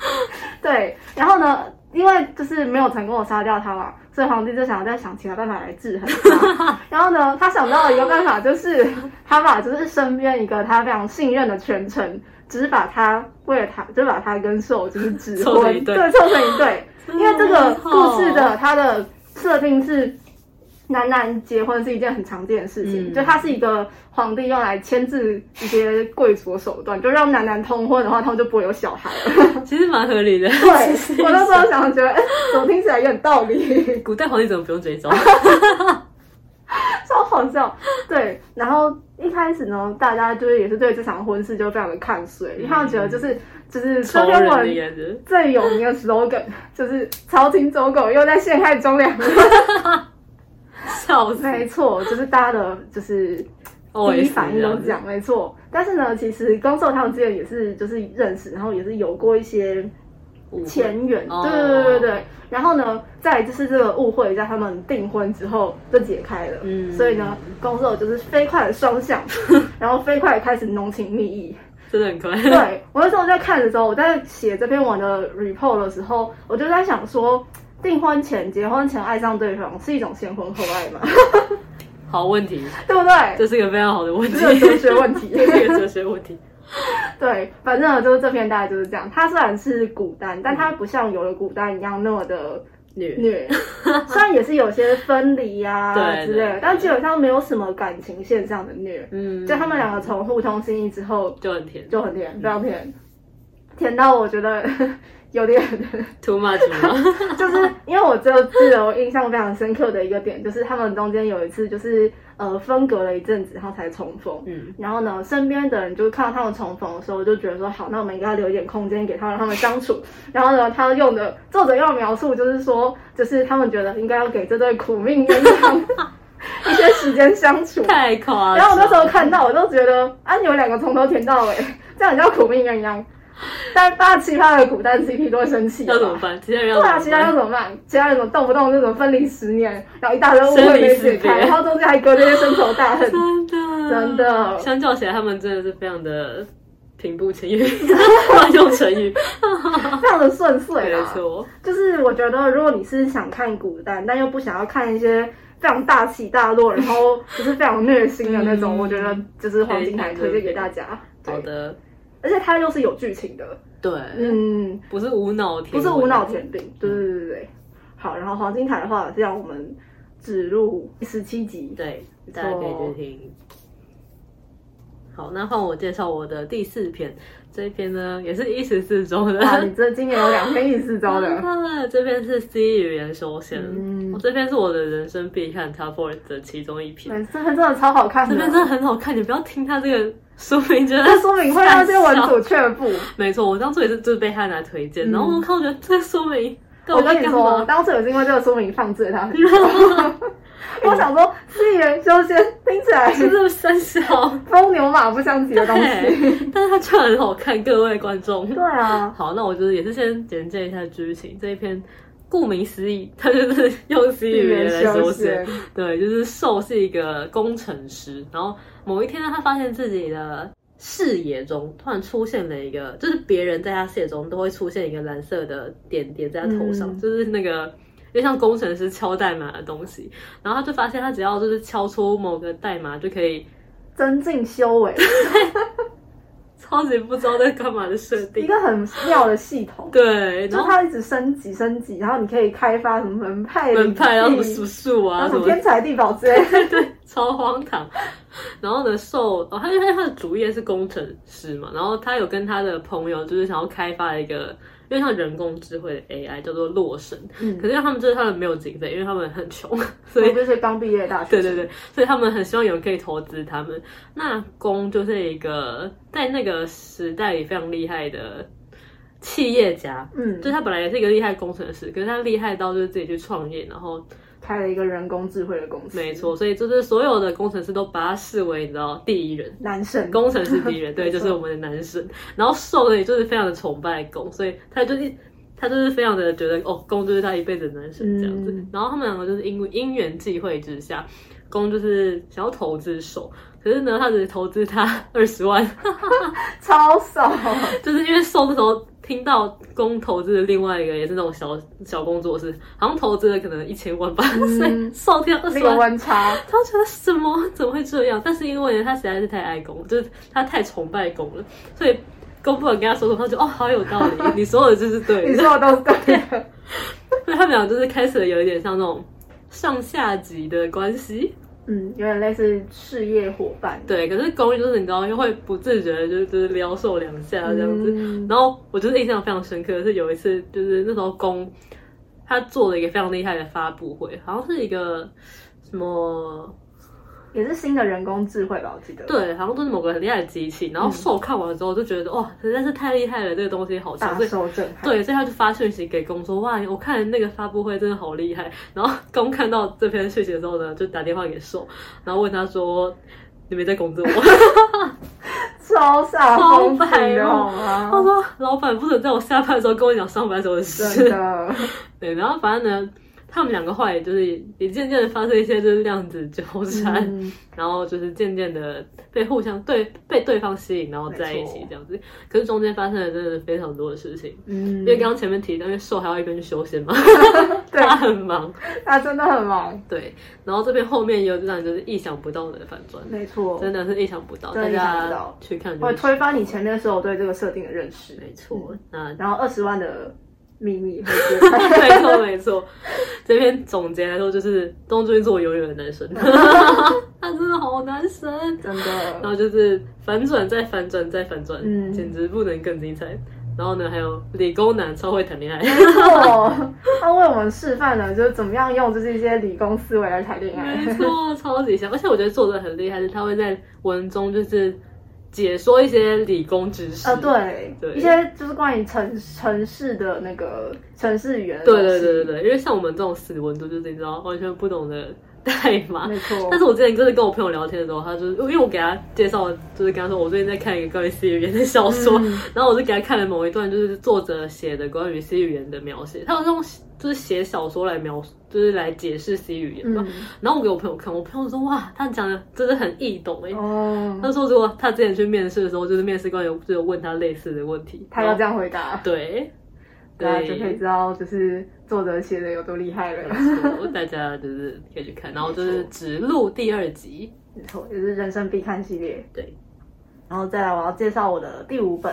S1: 对，然后呢，因为就是没有成功的杀掉他嘛，所以皇帝就想要再想其他办法来制衡 他。然后呢，他想到了一个办法，就是他把就是身边一个他非常信任的权臣，只是把他为了他，就把他跟兽就是指
S2: 凑成
S1: 挥，
S2: 一对
S1: 对，凑成 一对。因为这个
S2: 哦
S1: 故事的它的设定是，男男结婚是一件很常见的事情，
S2: 嗯
S1: 就它是一个皇帝用来牵制一些贵族的手段，就让男男通婚的话，他们就不会有小孩 了。
S2: 其实蛮合理的。
S1: 对， 我那时候想觉得，哎怎么听起来有点道理，
S2: 古代皇帝怎么不用追 踪？
S1: 超好笑。对，然后一开始呢，大家就是也是对这场婚事就非常的看衰，因为他们觉得就是就是这
S2: 嗯仇
S1: 篇
S2: 人的
S1: 文
S2: 眼子，
S1: 最有名的 slogan 就是“朝廷走狗又在陷害忠良”。
S2: 笑死！哦
S1: 没错，就是大家的就是第一反应都是这样，没错。但是呢，其实公寿他们之前也是就是认识，然后也是有过一些
S2: 误会
S1: 前缘，
S2: 哦
S1: 对对对对对。然后呢，再就是这个误会在他们订婚之后就解开了，
S2: 嗯
S1: 所以呢，公寿就是飞快的双 向，然后飞快地开始浓情蜜意。
S2: 真的很快。
S1: 对我那时候在看的时候，我在写这篇文的 report 的时候，我就在想说，订婚前、结婚前爱上对方是一种先婚后爱吗？
S2: 好问题，
S1: 对不对？
S2: 这是一个非常好的问题，
S1: 这是哲学问题
S2: 这是一个哲学问题。
S1: 对，反正呢就是这篇大概就是这样。它虽然是古单，但它不像有的古单一样那么的
S2: 女，
S1: 虐，虽然也是有些分离 呀、
S2: 对
S1: 之类的
S2: 对，
S1: 但基本上没有什么感情线上的虐。
S2: 嗯，
S1: 就他们两个从互通心意之后，
S2: 就很甜
S1: 就很甜，非常甜，甜到我觉得 有点，
S2: ，too much 吗？
S1: 就是因为我就记得我印象非常深刻的一个点，就是他们中间有一次就是呃分隔了一阵子，然后才重逢。
S2: 嗯，
S1: 然后呢，身边的人就看到他们重逢的时候，就觉得说好，那我们应该留一点空间给他们，让他们相处。然后呢，他用的作者要描述就是说，就是他们觉得应该要给这对苦命鸳鸯 一些时间相处。
S2: 太夸张。
S1: 然后我那时候看到，我就觉得啊，你们两个从头甜到尾，欸 这样你叫苦命鸳鸯。但大家其他的古代 CP 都会生气，
S2: 要怎么？办？其他人要
S1: 对啊，
S2: 怎
S1: 其
S2: 么
S1: 他
S2: 办？
S1: 人怎么办？其他人怎么动不动就怎么分离十年，然后一大堆误
S2: 生
S1: 会
S2: 离
S1: 没
S2: 死别
S1: 解开，然后中间还隔这些深仇大 恨。
S2: 真的，
S1: 真的
S2: 相较起来，他们真的是非常的平步青 云，乱用成语，
S1: 非常的顺遂
S2: 没
S1: 啦。
S2: 错，
S1: 就是我觉得，如果你是想看古代，但又不想要看一些非常大起大落，然后就是非常虐心的那种，
S2: 嗯
S1: 我觉得就是黄金海推荐给大家。
S2: 好的，
S1: 而且它又是有剧情的，
S2: 对，
S1: 嗯，
S2: 不是无脑甜，
S1: 不是无脑，甜饼，对对对对
S2: 嗯
S1: 对。好，然后黄金凯的话是让我们只录十七集，
S2: 对，大家可以去听。好，那换我介绍我的第四篇，这一篇呢也是一十四周的，
S1: 啊哇，你这今年有两篇一四周的，
S2: 的。这篇是 C 语言修仙，
S1: 嗯
S2: 我这篇是我的人生必看 Top Four 的其中一篇。
S1: 嗯这篇真的超好看
S2: 这篇真的
S1: 的，
S2: 很好看，你不要听它这个书名，觉得
S1: 这说明会让这些文主却步。
S2: 没错，我当初也是就是被他拿推荐，
S1: 嗯
S2: 然后我看我觉得这说明到
S1: 我
S2: 底在
S1: 跟你
S2: 干
S1: 说，
S2: 嘛？
S1: 当时也是因为这个书名放置 他很久，我想说四元修仙听起来
S2: 就是这么三小，
S1: 风牛马不相及的东西。
S2: 对，但是它却很好看，各位观众。
S1: 对啊，
S2: 好，那我就是也是先简介一下剧情这一篇。顾名思义，它就是用 C 语言来修
S1: 仙
S2: 仙。，对，就是兽是一个工程师，然后某一天呢，他发现自己的视野中突然出现了一个，就是别人在他视野中都会出现一个蓝色的点点在他头上，
S1: 嗯
S2: 就是那个因为像工程师敲代码的东西，然后他就发现他只要就是敲出某个代码就可以
S1: 增进修为，
S2: 超级不知道在干嘛的设
S1: 一
S2: 定。
S1: 个很妙的系统。
S2: 对，然
S1: 就是
S2: 后
S1: 它一直升级升级，然后你可以开发什么门派、
S2: 门派然后什么
S1: 礼器
S2: 数数
S1: 然
S2: 啊
S1: 后
S2: 什
S1: 什
S2: 么
S1: 么天才地宝之类 的。
S2: 超荒唐。然后呢，受哦，他因为他的主业是工程师嘛，然后他有跟他的朋友就是想要开发一个，因为像人工智慧的 AI 叫做洛神，
S1: 嗯
S2: 可是因为他们就是他们没有经费，因为他们很穷， 所以
S1: 我就是刚毕业的大学
S2: 对
S1: 生，
S2: 对对，所以他们很希望有人可以投资他们。那公就是一个在那个时代里非常厉害的企业家，
S1: 嗯，
S2: 就是他本来也是一个厉害的工程师，可是他厉害到就是自己去创业，然后
S1: 开了一个人工智慧的公司，
S2: 没，错，所以就是所有的工程师都把他视为你知道第一人。
S1: 男神
S2: 工程师第一人，对，
S1: 没
S2: 就
S1: 错
S2: 是我们的男神。然后受的也就是非常的崇拜公，所以他就是一他就是非常的觉得哦，公就是他一辈子的男神这样子。
S1: 嗯
S2: 然后他们两个就是因为因缘际会之下，公就是想要投资手，可是呢，他只投资他 二十万，
S1: 超少，
S2: 就是因为受那时候听到公投资的另外一个也是那种小小工作室，好像投资了可能一千万吧，
S1: 嗯
S2: 所以受听二
S1: 那
S2: 十
S1: 个
S2: 万。
S1: 温差，
S2: 他觉得什么？怎么会这样？但是因为呢，他实在是太爱公，就是他太崇拜公了，所以公不管跟他说什么，他就哦，好有道理，你说的就是对
S1: 你
S2: 的。
S1: 说的都是对 的，
S2: 所以他们俩就是开始有一点像那种上下级的关系。
S1: 嗯，有点类似事业伙伴，
S2: 对，可是公就是你知道，又会不自觉的就就是撩受两下啊这样子。
S1: 嗯
S2: 然后我就是印象非常深刻的是有一次，就是那时候公他做了一个非常厉害的发布会，好像是一个什么
S1: 也是新的人工智慧吧，我记得，，
S2: 对，好像都是某个很厉害的机器。
S1: 嗯
S2: 然后受看完之后就觉得、哇，实在是太厉害了，这个东西好强。
S1: 大
S2: 所以
S1: 受震撼，
S2: 对，所以他就发讯息给公说哇，我看那个发布会真的好厉害。然后公看到这篇讯息的时候呢，就打电话给受，然后问他说。你没在工 作吗？
S1: 超煞风景哦的
S2: 他
S1: 好吗？
S2: 说：“老板不准在我下班的时候跟我讲上班的时候的
S1: 真
S2: 事。
S1: 的，”
S2: 对，然后反正呢，他们两个后来就是也渐渐的发生一些 就是量子纠缠，
S1: 嗯，
S2: 然后就是渐渐的被互相对被对方吸引，然后在一起
S1: 没错
S2: 这样子。可是中间发生了真的非常多的事情，
S1: 嗯
S2: 因为刚刚前面提到，因为兽还要一边去修仙嘛，
S1: 对
S2: 他很忙，
S1: 他啊真的很忙，
S2: 对。然后这边后面也有这样就是意想不到的反转，
S1: 没错，
S2: 真的是意想不到，大
S1: 真的意想不到
S2: 家去看就
S1: 我
S2: 会
S1: 推翻你前面时候对这个设定的认识，
S2: 没错，那
S1: 然后二十万的秘密会揭开
S2: 没错没错，这篇总结来说就是东君做永远的男 神，他真的好男神。然
S1: 真 的，
S2: 后就是反转再反转再反转，
S1: 嗯
S2: 简直不能更精彩。然后呢，还有理工男超会谈恋爱，
S1: 哦，他为我们示范了就是怎么样用就是一些理工思维来谈恋
S2: 没
S1: 爱，
S2: 错，超级像。而且我觉得作者很厉害，是他会在文中就是解说一些理工知识。
S1: 呃，对，
S2: 对
S1: 一些就是关于城城市的那个城市语言的东
S2: 对
S1: 西，
S2: 对对对对，因为像我们这种死文读，就是你知道完全不懂的代码。
S1: 没错
S2: 啊但，是我之前就是跟我朋友聊天的时候，他就是因为我给他介绍，就是跟他说我最近在看一个关于 C 语言的小说，
S1: 嗯
S2: 然后我就给他看了某一段，就是作者写的关于 C 语言的描写，他有用就是写小说来描，就是来解释 C 语言嘛。
S1: 嗯，
S2: 然后我给我朋友看，我朋友说哇，他讲的真的很易懂哎、他
S1: 哦，
S2: 说，如果他之前去面试的时候，就是面试官有就有问他类似的问题，
S1: 他要这样回答，
S2: 对，
S1: 大家就可以
S2: 对，
S1: 知道就是作者写的有多厉害了，
S2: 所以大家就是可以去看，然后就是只录第二集，
S1: 没错，也是人生必看系列，
S2: 对，
S1: 然后再来我要介绍我的第五本，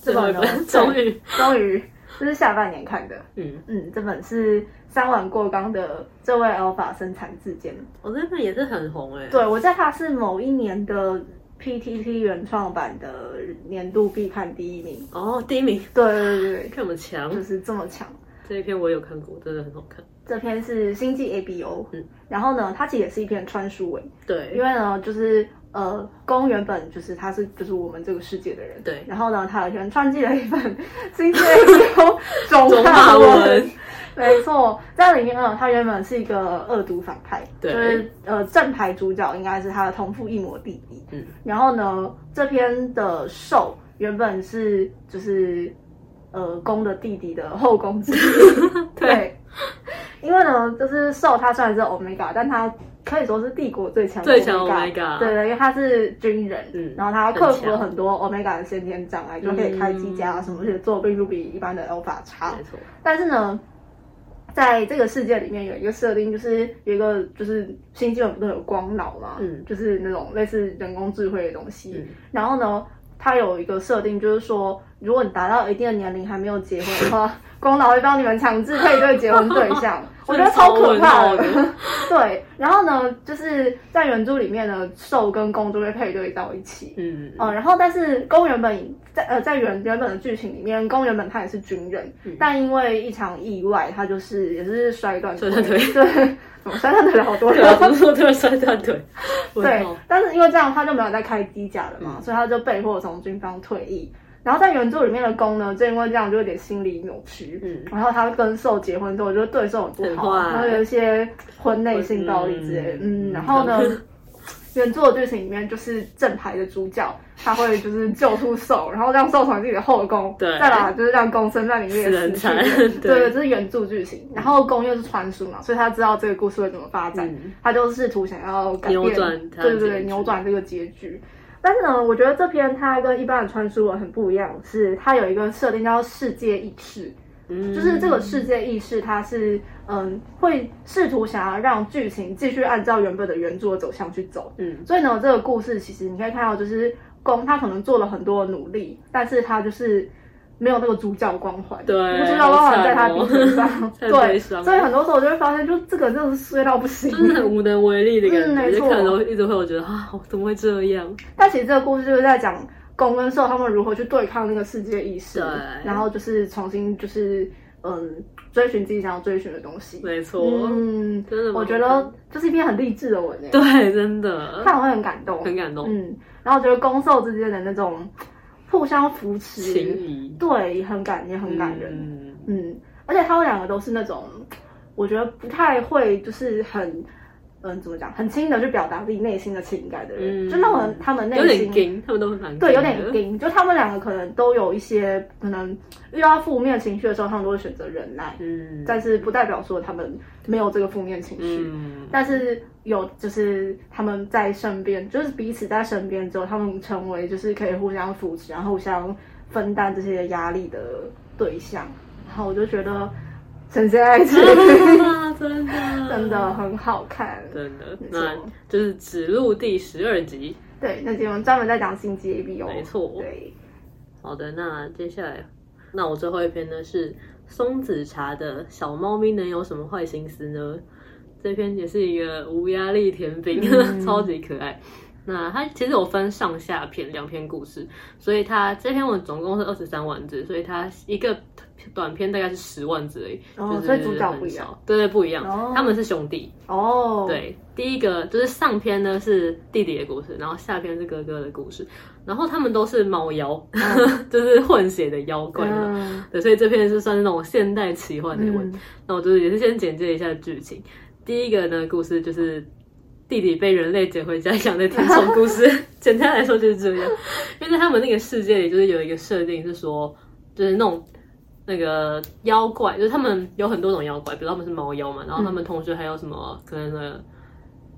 S2: 最后一
S1: 呢
S2: 本
S1: 对
S2: 终于，
S1: 终于，这是下半年看的。
S2: 嗯，
S1: 嗯，这本是三碗过冈的这位 Alpha 生产自荐。
S2: 我哦这本也是很红哎，
S1: 对我在它是某一年的 PTT 原创版的年度必看第一名。
S2: 哦，第一名，
S1: 对对对对
S2: 看我们强
S1: 对，，就是这么强。
S2: 这一篇我有看过，真的很好看，
S1: 这篇是星际 ABO，
S2: 嗯
S1: 然后呢，它其实也是一篇穿书文，因
S2: 对，
S1: 为呢，就是呃，宫原本就是他是就是我们这个世界的人，
S2: 对
S1: 然后呢，他有一天传寄了一本 星际 ABO 中
S2: 中
S1: 华
S2: 华
S1: 文
S2: 文，，
S1: 没错，在里面呢，他原本是一个恶毒反派，
S2: 对
S1: 就是呃正牌主角应该是他的同父异母弟弟。
S2: 嗯，
S1: 然后呢，这篇的兽原本是就是呃公的弟弟的后宫之 一，对，因为呢，就是兽他虽然是 Omega，但他可以说是帝国最强的
S2: 最强 Omega
S1: 对对，因为他是军人，
S2: 嗯
S1: 然后他克服
S2: 很
S1: 了
S2: 强嗯
S1: 很多 Omega 的先天障碍，就可以开机甲啊什么，而且作弊就比一般的 Alpha 差，
S2: 没错，
S1: 但是呢，在这个世界里面有一个设定，就是有一个就是新基本不都有光脑嘛，
S2: 嗯
S1: 就是那种类似人工智慧的东西。
S2: 嗯
S1: 然后呢，它有一个设定，就是说，如果你达到一定的年龄还没有结婚 的话，光脑会帮你们强制配对结婚对象，我觉得超可怕
S2: 这个超哦文
S1: 的。 对，然后呢，就是在原著里面呢，兽跟公就会配对到一起。
S2: 嗯
S1: 嗯，然后但是公原本在呃在原原本的剧情里面，公原本他也是军人，
S2: 嗯
S1: 但因为一场意外，他就是也是摔断
S2: 摔断腿
S1: 对，怎么摔断腿了好多
S2: 对啊，
S1: 人。
S2: 不是说突然摔断腿，我
S1: 对
S2: 靠，
S1: 但是因为这样他就没有再开机甲了
S2: 嗯
S1: 嘛，所以他就被迫从军方退役。然后在原著里面的公呢，就因为这样就有点心理扭曲，
S2: 嗯
S1: 然后他跟兽结婚之后，就对兽很不好，
S2: 很坏
S1: 然后有一些婚内性暴力之类的，
S2: 嗯
S1: 嗯然后呢
S2: 嗯，
S1: 原著的剧情里面就是正牌的主角，他会就是救出兽，然后让兽成自己的后宫，
S2: 对
S1: 再把就是让公身在里面
S2: 死人
S1: 去
S2: 才 对
S1: 对，这是原著剧情。然后公又是传书嘛，所以他知道这个故事会怎么发展，
S2: 嗯
S1: 他就试图想要改变，
S2: 扭转它的
S1: 对对
S2: 结
S1: 对，
S2: 局
S1: 扭转这个结局。但是呢，我觉得这篇它跟一般的穿书文很不一样，是它有一个设定叫世界意识，
S2: 嗯
S1: 就是这个世界意识，它是嗯会试图想要让剧情继续按照原本的原著的走向去走。
S2: 嗯
S1: 所以呢，这个故事其实你可以看到，就是宫他可能做了很多的努力，但是他就是没有那个主角光环，
S2: 对
S1: 那个主角光环在他鼻子上，
S2: 好惨哦 太悲
S1: 对，
S2: 伤了
S1: 所以很多时候我就会发现，就这个人真的是衰到不行，
S2: 就是很无能为力的感
S1: 嗯
S2: 觉，
S1: 没
S2: 就
S1: 错
S2: 看了都一直会有觉得啊，怎么会这样？
S1: 但其实这个故事就是在讲公跟受他们如何去对抗那个世界意识，
S2: 对
S1: 然后就是重新就是嗯追寻自己想要追寻的东西。
S2: 没错，
S1: 嗯，
S2: 真的蛮
S1: 我觉
S2: 好看
S1: 得这是一篇很励志的文诶，欸
S2: 对，真的
S1: 看了会很感动，
S2: 很感动，
S1: 嗯，然后我觉得公受之间的那种互相扶持，
S2: 情谊
S1: 对，很感也很感人。
S2: 嗯
S1: 嗯，而且他们两个都是那种，我觉得不太会，就是很，嗯，怎么讲，很轻易的去表达自己内心的情感的人，
S2: 嗯
S1: 就那种他们内
S2: 有点
S1: 心。
S2: 硬，他们都很蛮
S1: 对，有
S2: 硬
S1: 点
S2: 的
S1: 硬，就他们两个可能都有一些可能遇到负面情绪的时候，他们都会选择忍耐，
S2: 嗯，
S1: 但是不代表说他们没有这个负面情绪。
S2: 嗯，
S1: 但是有就是他们在身边，就是彼此在身边之后，他们成为就是可以互相扶持，然后互相分担这些压力的对象。然后我就觉得神仙 爱情
S2: 啊真的
S1: 真的很好看。
S2: 真的，
S1: 没错
S2: 那就是指路第十二集。
S1: 对，那节目专门在讲心机 A B O，
S2: 没错
S1: 对，
S2: 好的，那接下来，那我最后一篇呢是松子茶的小猫咪能有什么坏心思呢？这篇也是一个无压力甜饼，
S1: 嗯
S2: 超级可爱。那它其实有分上下篇两篇故事，所以它这篇文总共是二十三万字，所以它一个短篇大概是十万字而已，
S1: 哦
S2: 就是
S1: 所以主角不
S2: 很
S1: 一样
S2: 少，对对不一样，
S1: 哦
S2: 他们是兄弟，
S1: 哦，，
S2: 对，第一个就是上篇呢是弟弟的故事，然后下篇是哥哥的故事，然后他们都是猫妖， 就是混血的妖怪那种。
S1: 嗯，
S2: 对，所以这篇是算是那种现代奇幻的文。
S1: 嗯
S2: 那我就是也是先简介一下剧情。第一个呢，故事就是弟弟被人类捡回家养的甜宠故事。简单来说就是这样，因为在他们那个世界里，就是有一个设定是说，就是那种那个妖怪，就是他们有很多种妖怪，比如他们是猫妖嘛，然后他们同时还有什么可能呢？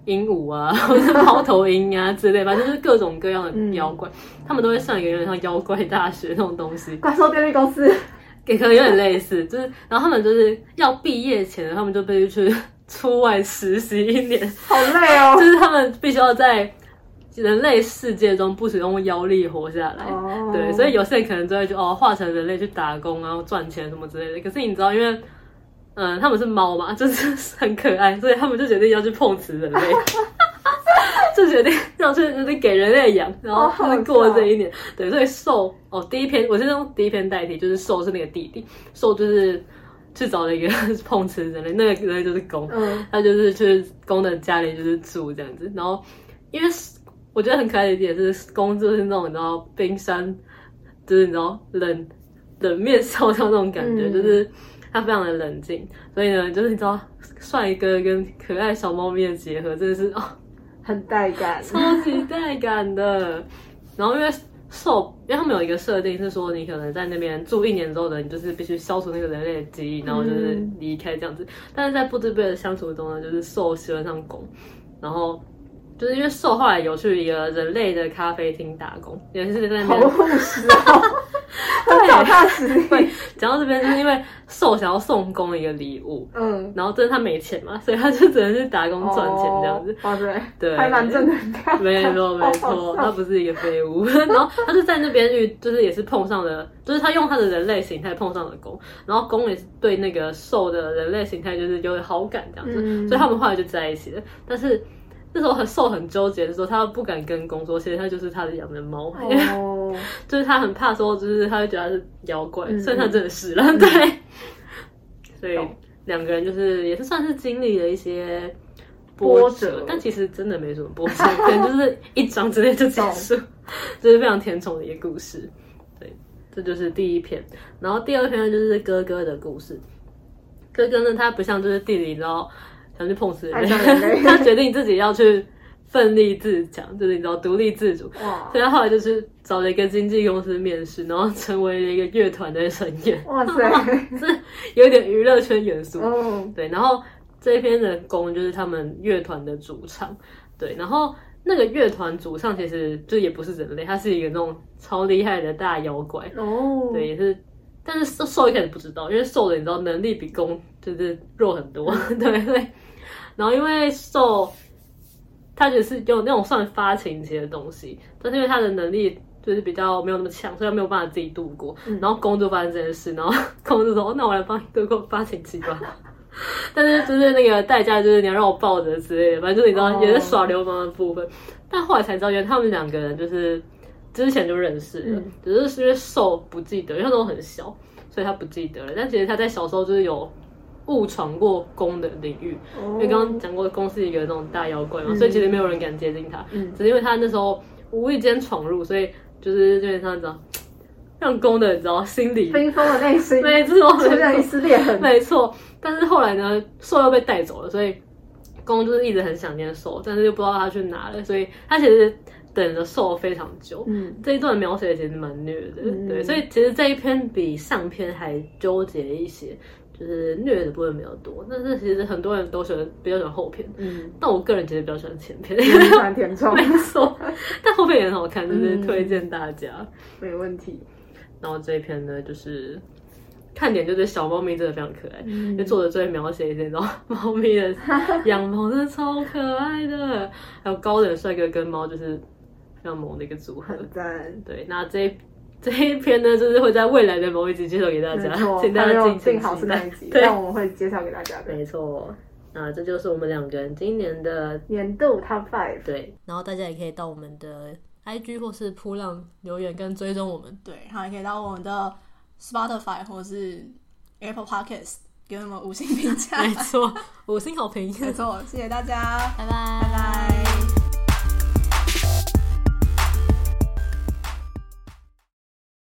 S2: 鹦鹉啊， 或者是猫头鹰啊之类，反正就是各种各样的妖怪，他们都会上一个有点像妖怪大学那种东西。
S1: 怪兽电力公司，
S2: 也可能有点类似，就是然后他们就是要毕业前，他们就必须去 出外实习一年，
S1: 好累哦
S2: 就。是他们必须要在人类世界中不使用妖力活下来。
S1: 哦
S2: 对，所以有些人可能就会就哦化成人类去打工，然后赚钱什么之类的。可是你知道，因为嗯他们是猫嘛， 就是很可爱，所以他们就决定要去碰瓷人类。就决定要去，就是给人类养，然后就是过这一年。对，所以兽哦，第一篇我是用第一篇代替，就是兽是那个弟弟，兽就是去找了一个 碰瓷人类，那个人类就是公，
S1: 嗯
S2: 他就是去公的家里就是住这样子，然后因为是我觉得很可爱的一点是，公就是那种你知道冰山，就是你知道冷冷面笑笑那种感觉，
S1: 嗯
S2: 就是他非常的冷静，所以呢，就是你知道帅哥跟可爱小猫咪的结合，真的是哦。
S1: 很带感，
S2: 超级带感的。然后因为兽，因为他们有一个设定是说，你可能在那边住一年之后呢，你就是必须消除那个人类的记忆，然后就是离开这样子。但是在不知不觉的相处中呢，就是兽喜欢上狗，然后。就是因为兽后来有去一个人类的咖啡厅打工，尤其是在那边
S1: 好务实哦。很脚踏实地。
S2: 讲到这边，就是因为寿想要送公一个礼物，
S1: 嗯，
S2: 然后真的他没钱嘛，所以他就只能去打工赚钱这样子。
S1: 哦，哦对，
S2: 对，
S1: 还蛮正能 量的。
S2: 没错，没错，他
S1: 好好笑
S2: 不是一个废物。 然后他就在那边遇，就是也是碰上了，就是他用他的人类形态碰上了公，然后公也是对那个兽的人类形态就是有好感这样子，
S1: 嗯
S2: 所以他们后来就在一起了。但是那时候很兽很纠结的时候，他不敢跟公说，其实他就是他的养的猫， 因为
S1: 哦，
S2: 就是他很怕说，就是他会觉得他是妖怪，
S1: 嗯
S2: 虽然他真的是了， 对。所以
S1: 懂
S2: 两个人就是也是算是经历了一些
S1: 波
S2: 波
S1: 折
S2: 但其实真的没什么波折，可能就是一章之内就结束， 就是非常甜宠的一个故事。对，这就是第一篇。然后第二篇呢就是哥哥的故事。哥哥呢，他不像就是弟弟，然后想去碰死人
S1: 爱上人类
S2: 他决定自己要去奋力自强，就是你知道独立自主。
S1: 哇
S2: 所以他后来就是找了一个经纪公司面试，然后成为了一个乐团的成员，
S1: 哇塞，
S2: 有点娱乐圈元素。
S1: 嗯，
S2: 对，然后这一篇的公就是他们乐团的主唱，对，然后那个乐团主唱其实就也不是人类，他是一个那种超厉害的大妖怪，
S1: 哦，
S2: 对，，也是，但是瘦瘦一开始不知道，因为瘦的你知道能力比公就是弱很多， 对对。然后因为瘦，他只是有那种算发情期的东西，但是因为他的能力就是比较没有那么强，所以他没有办法自己度过。
S1: 嗯
S2: 然后公就发生这件事，然后 公就说：“哦那我来帮你度过发情期吧。” 但是就是那个代价就是你要让我抱着之类的，反正就是你知道
S1: 哦
S2: 也是耍流氓的部分。但后来才知道，原来他们两个人就是之前就认识了，
S1: 嗯
S2: 只是因为瘦不记得，因为他那时候很小，所以他不记得了。但其实他在小时候就是有误闯过公的领域，
S1: 哦
S2: 因为刚刚讲过公是一个那种大妖怪嘛，
S1: 嗯
S2: 所以其实没有人敢接近他，
S1: 嗯
S2: 只是因为他那时候无意间闯入，所以就是有点像这样，让公的你知道心里
S1: 冰封的内心
S2: 没错
S1: 出现了一丝裂痕，
S2: 没错，但是后来呢，兽又被带走了，所以公就是一直很想念兽，但是又不知道他去哪了，所以他其实等了兽非常久。
S1: 嗯，
S2: 这一段描写其实蛮虐的，
S1: 嗯
S2: 对，所以其实这一篇比上篇还纠结一些，就是虐的部分比较多。但是其实很多人都喜欢比较喜欢后篇，
S1: 嗯，
S2: 但我个人其实比较喜欢前篇，
S1: 甜传甜宠，
S2: 没错，但后篇也很好 看，就是
S1: 嗯
S2: 推荐大家。
S1: 没问题。
S2: 然后这一篇呢，就是看点就是小猫咪真的非常可爱，
S1: 嗯
S2: 就作者最描写一些那种猫咪的养猫，真的超可爱的。还有高冷帅哥跟猫就是非常萌的一个组合。
S1: 很赞，
S2: 对，那这一 这一篇呢，就是会在未来的某一集介绍给大
S1: 没
S2: 家，
S1: 错，
S2: 请大
S1: 还没
S2: 家
S1: 有
S2: 敬
S1: 定
S2: 请
S1: 好是
S2: 期
S1: 哪
S2: 待
S1: 一集，。
S2: 对
S1: 但，我们会介绍给大家的
S2: 没错。那这就是我们两个人今年的
S1: 年度 Top Five。
S2: 对，然后大家也可以到我们的 IG 或是扑浪留言跟追踪我们。
S3: 对，然后也可以到我们的 Spotify 或是 Apple Podcast 给我们五星评价。
S2: 没错，五星好评，
S3: 没错，谢谢大家，
S2: 拜拜
S3: 拜拜。